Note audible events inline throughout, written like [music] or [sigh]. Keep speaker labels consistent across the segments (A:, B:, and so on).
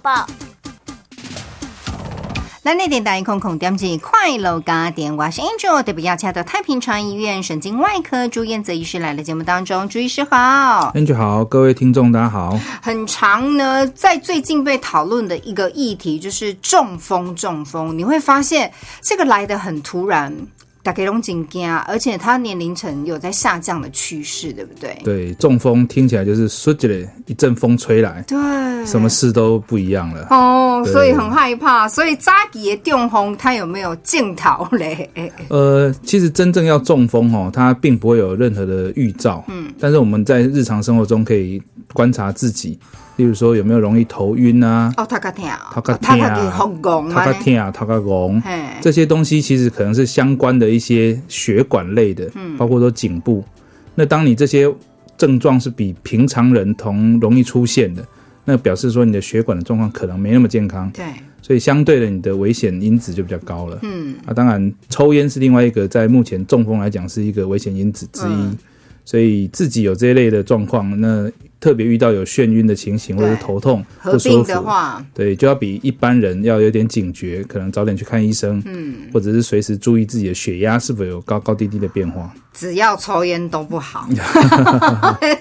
A: 报。
B: 咱内电台空空点击快乐家电，我是 Angel，特别邀请到太平川医院神经外科朱彦泽医师来了节目当中，朱医师好。
C: N 九好，各位听众大家好。
B: 很长呢，在最近被讨论的一个议题就是中风，中风，你会发现这个来的很突然。打给龙井惊，而且它年龄层有在下降的趋势，对不对？
C: 对，中风听起来就是唰的一阵风吹来，
B: 对，
C: 什么事都不一样了。
B: 哦，
C: 对
B: 所以很害怕。所以扎吉的中风，他有没有镜头嘞？
C: 呃，其实真正要中风哦，它并不会有任何的预兆。嗯，但是我们在日常生活中可以观察自己，例如说有没有容易头晕啊、
B: 哦，他个听，
C: 头壳
B: 他
C: 痛啊
B: 好戆
C: 头
B: 嘛
C: 壳，痛啊、头壳聋
B: 嘿，
C: 这些东西，其实可能是相关的一些血管类的，
B: 嗯
C: 包括说颈部。那当你这些症状是比平常人同容易出现的，那表示说你的血管的状况可能没那么健康，
B: 对，
C: 所以相对的你的危险因子就比较高了。
B: 嗯，
C: 啊，当然抽烟是另外一个，在目前中风来讲是一个危险因子之一，
B: 嗯
C: 所以自己有这一类的状况，那特别遇到有眩晕的情形或者是
B: 对
C: 头痛
B: 合
C: 不
B: 并
C: 舒
B: 的
C: 服，
B: 话，
C: 对，就要比一般人要有点警觉，可能早点去看医生，嗯，或者是随时注意自己的血压是否有高高低低的变化。
B: 只要抽烟都不
C: [laughs]
B: 好，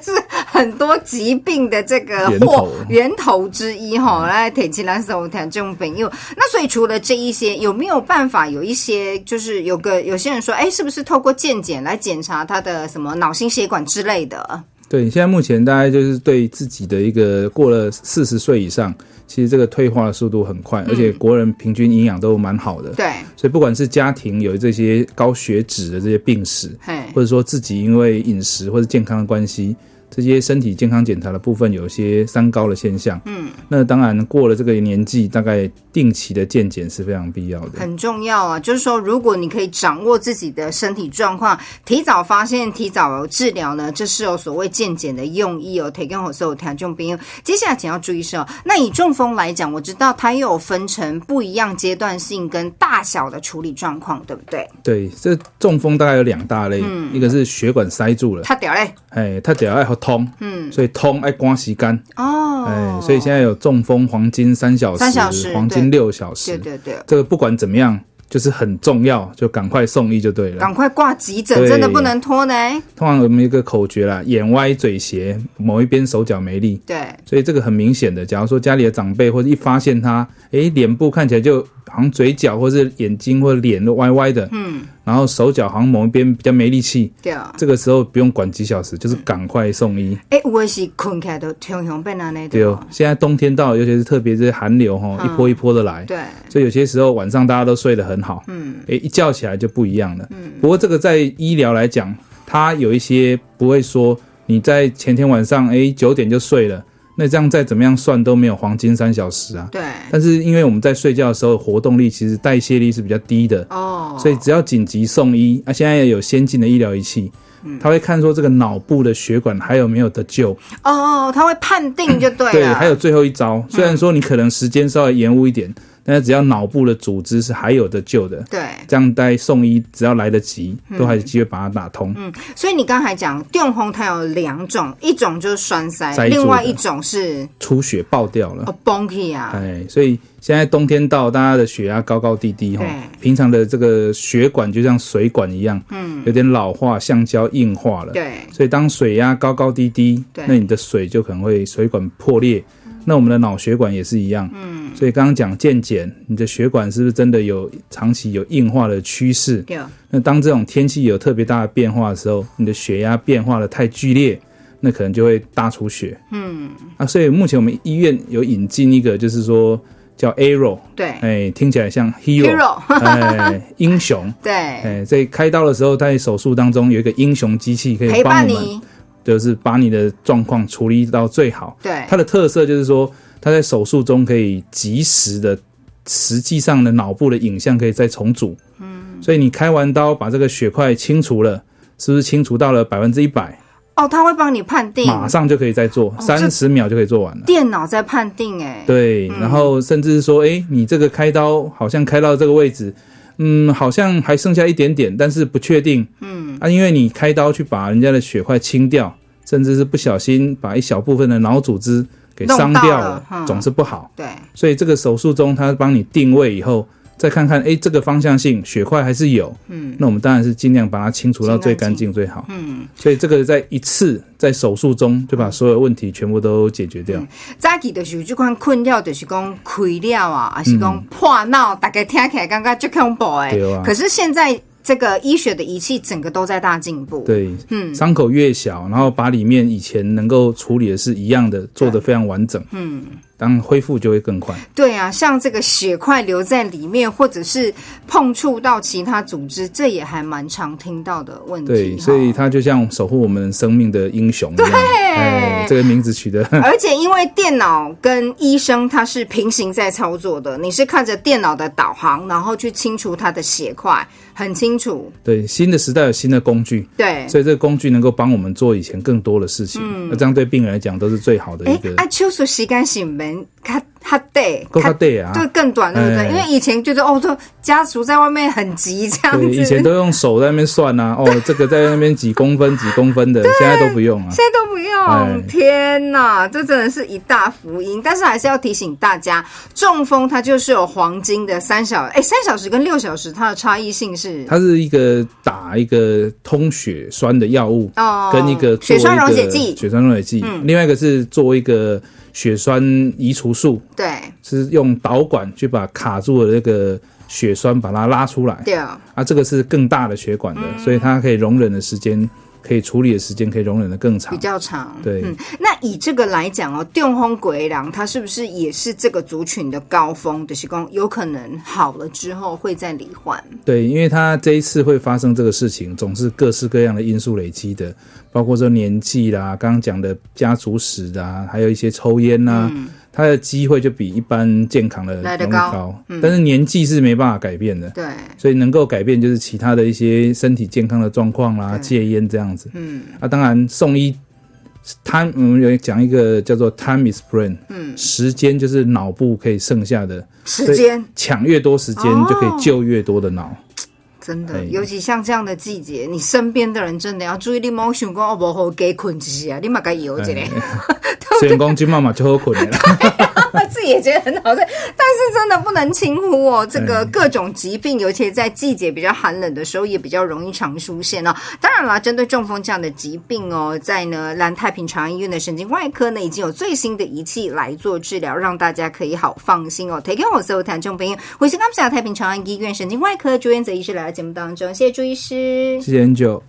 B: 是很多疾病的这个
C: 源
B: 祸
C: 头嗯
B: 源头之一哈。来，铁起来手谈这种朋友。那所以除了这一些，有没有办法有一些就是有个有些人说，哎，是不是透过健检来检查他的什么脑心血管之类的？
C: 对，现在目前大概就是对自己的一个过了四十岁以上，其实这个退化的速度很快，而且国人平均营养都蛮好的，
B: 对，
C: 所以不管是家庭有这些高血脂的这些病史，
B: 嘿，
C: 或者说自己因为饮食或者健康的关系，这些身体健康检查的部分有一些三高的现象。嗯，那当然过了这个年纪，大概定期的健检是非常必要的。
B: 很重要啊。就是说，如果你可以掌握自己的身体状况，提早发现、提早治疗呢，这是有所谓健检的用意哦。提供我所有听众朋友，接下来请要注意是哦。那以中风来讲，我知道它又有分成不一样阶段性跟大小的处理状况，对不对？
C: 对，这中风大概有两大类，一个是血管塞住了，
B: 嗯它屌嘞，
C: 哎，它只要爱喝通，嗯，所以通爱刮洗干，
B: 哦，
C: 哎，所以现在有中风黄金三小时，
B: 三小时
C: 黄金六小时，
B: 对对对。
C: 这个不管怎么样。就是很重要，就赶快送医就对了。
B: 赶快挂急诊，
C: 对
B: 真的不能拖呢。
C: 通常我们有一个口诀啦，眼歪嘴斜，某一边手脚没力，
B: 对，
C: 所以这个很明显的，假如说家里的长辈或者一发现他，诶，脸部看起来就好像嘴角或是眼睛或脸都歪歪的，嗯，然后手脚好像某一边比较没力气，
B: 对啊。
C: 这个时候不用管几小时，就是赶快送医。
B: 哎，我是困起来都常常变安尼
C: 对
B: 哦
C: 哦，嗯现在冬天到了，尤其是特别是寒流哈，一波一波的来，
B: 对，
C: 所以有些时候晚上大家都睡得很好，嗯，诶，一觉起来就不一样了。嗯，不过这个在医疗来讲，它有一些不会说你在前天晚上诶九点就睡了，那这样再怎么样算都没有黄金三小时啊。
B: 对，
C: 但是因为我们在睡觉的时候活动力其实代谢力是比较低的，
B: 哦，
C: 所以只要紧急送医，啊，现在也有先进的医疗仪器，它会看说这个脑部的血管还有没有得救。
B: 哦，他会判
C: [clears throat]
B: 定就对了。啊
C: 对，还有最后一招，虽然说你可能时间稍微延误一点，但是只要脑部的组织是还有得救的，
B: 对，
C: 这样在送医只要来得及，都还有机会把它打通。
B: 所以你刚才讲电红它有两种，一种就是栓塞，
C: 塞住的
B: 另外一种是
C: 出血爆掉了
B: 哦，崩起啊，
C: 哎，所以现在冬天到，大家的血压高高低低哈
B: 对，
C: 平常的这个血管就像水管一样，嗯，有点老化，橡胶硬化了。
B: 对
C: 所以当水压高高低低
B: 对，嗯
C: 那你的水就可能会水管破裂。那我们的脑血管也是一样，嗯，所以刚刚讲健检，你的血管是不是真的有长期有硬化的趋势？
B: 对
C: 那当这种天气有特别大的变化的时候，你的血压变化的太剧烈，那可能就会大出血。嗯，啊，所以目前我们医院有引进一个，就是说叫 Arrow，
B: 对
C: 哎，听起来像
B: ，hero
C: 哎，英雄。
B: [laughs] 对，
C: 哎，在开刀的时候，在手术当中有一个英雄机器可以
B: 陪
C: 帮
B: 伴
C: 我们，
B: 你，
C: 就是把你的状况处理到最好。
B: 对
C: 它的特色就是说，它在手术中可以及时的，实际上的脑部的影像可以再重组。嗯，所以你开完刀把这个血块清除了，是不是清除到了百分之一百，
B: 哦，他会帮你判定，
C: 马上就可以再做，
B: 哦这
C: 三十秒就可以做完了。
B: 电脑在判定，哎，
C: 对，然后甚至是说，哎，你这个开刀好像开到这个位置，嗯，好像还剩下一点点，但是不确定，嗯，啊，因为你开刀去把人家的血块清掉，甚至是不小心把一小部分的脑组织给伤掉
B: 弄到了嗯
C: 总是不好。
B: 对，
C: 所以这个手术中，它帮你定位以后，再看看，哎，这个方向性血块还是有，嗯，那我们当然是尽量把它清除到最干净最好，嗯，所以这个在一次在手术中就把所有问题全部都解决掉，
B: 早期就是有这款困扰，就是讲开了
C: 嗯
B: 啊，还是讲破闹，大家听起来感觉就恐怖哎
C: 对啊。
B: 可是现在这个医学的仪器整个都在大进步，
C: 对，嗯，伤口越小，然后把里面以前能够处理的是一样的，做得非常完整，嗯，当然恢复就会更快，
B: 对啊，像这个血块留在里面，或者是碰触到其他组织，这也还蛮常听到的问题。
C: 对，
B: 哈
C: 所以它就像守护我们生命的英雄一样，哎，这个名字取得 [laughs]
B: 而且因为电脑跟医生他是平行在操作的，你是看着电脑的导航，然后去清除它的血块，很清楚。
C: 对，新的时代有新的工具，
B: 对，
C: 所以这个工具能够帮我们做以前更多的事情，那、这样对病人来讲都是最好的一
B: 哎
C: 个，。
B: 嗯啊，手术时间是门，它它对，
C: 够
B: 它
C: 他对啊，
B: 对更短，对不对？
C: 哎
B: 因为以前觉得哦，都家属在外面很急这样
C: 对，
B: 子，
C: 以前都用手在那边算啊，哦，这个在那边几
B: [laughs]
C: 公分几公分的，现在都不用啊。
B: 现在都不用，
C: 哎
B: 天哪，这真的是一大福音。但是还是要提醒大家，中风它就是有黄金的三小，哎，三小时跟六小时它的差异性是
C: 它是一个打一个通血栓的药物，
B: 哦，
C: 跟一个做
B: 血
C: 一个
B: 栓溶解剂，嗯
C: 血栓溶解剂，另外一个是做一个血栓移除术，
B: 对
C: 是用导管去把卡住的那个血栓把它拉出来。
B: 对，
C: 啊，这个是更大的血管的，
B: 嗯
C: 所以它可以容忍的时间，可以处理的时间可以容忍的更
B: 比
C: 长。
B: 较嗯长。
C: 对，
B: 那以这个来讲哦，电风鬼狼它是不是也是这个族群的高峰？就是讲有可能好了之后会再罹患。
C: 对，因为他这一次会发生这个事情，总是各式各样的因素累积的，包括说年纪啦，刚刚讲的家族史啊，还有一些抽烟呐、他的机会就比一般健康的
B: 嗯来得
C: 容易
B: 高嗯
C: 但是年纪是没办法改变的。
B: 对，
C: 所以能够改变就是其他的一些身体健康的状况啦，
B: 对
C: 戒烟这样子。
B: 嗯，
C: 啊，当然送医，time 我们有讲一个叫做 time is brain，嗯，时间就是脑部可以剩下的，
B: 时间
C: 抢越多时间
B: 哦
C: 就可以救越多
B: [laughs]
C: 的脑。
B: 真的
C: 哎，
B: 尤其像这样的季节，你身边的人真的要注意。你莫想讲哦，无好给困一下，你嘛该摇一下，
C: 虽然公鸡妈妈就喝困了，
B: [laughs] 自己也觉得很好睡。但是真的不能轻忽哦，这个各种疾病，尤其在季节比较寒冷的时候，也比较容易常出现哦。当然啦，针对中风这样的疾病哦，在呢蓝太平长安医院的神经外科呢，已经有最新的仪器来做治疗，让大家可以好放心哦。提供我所有听众朋友，我是刚下太平长安医院神经外科朱元泽医师来到节目当中，谢谢朱医师，
C: 谢谢 Angel。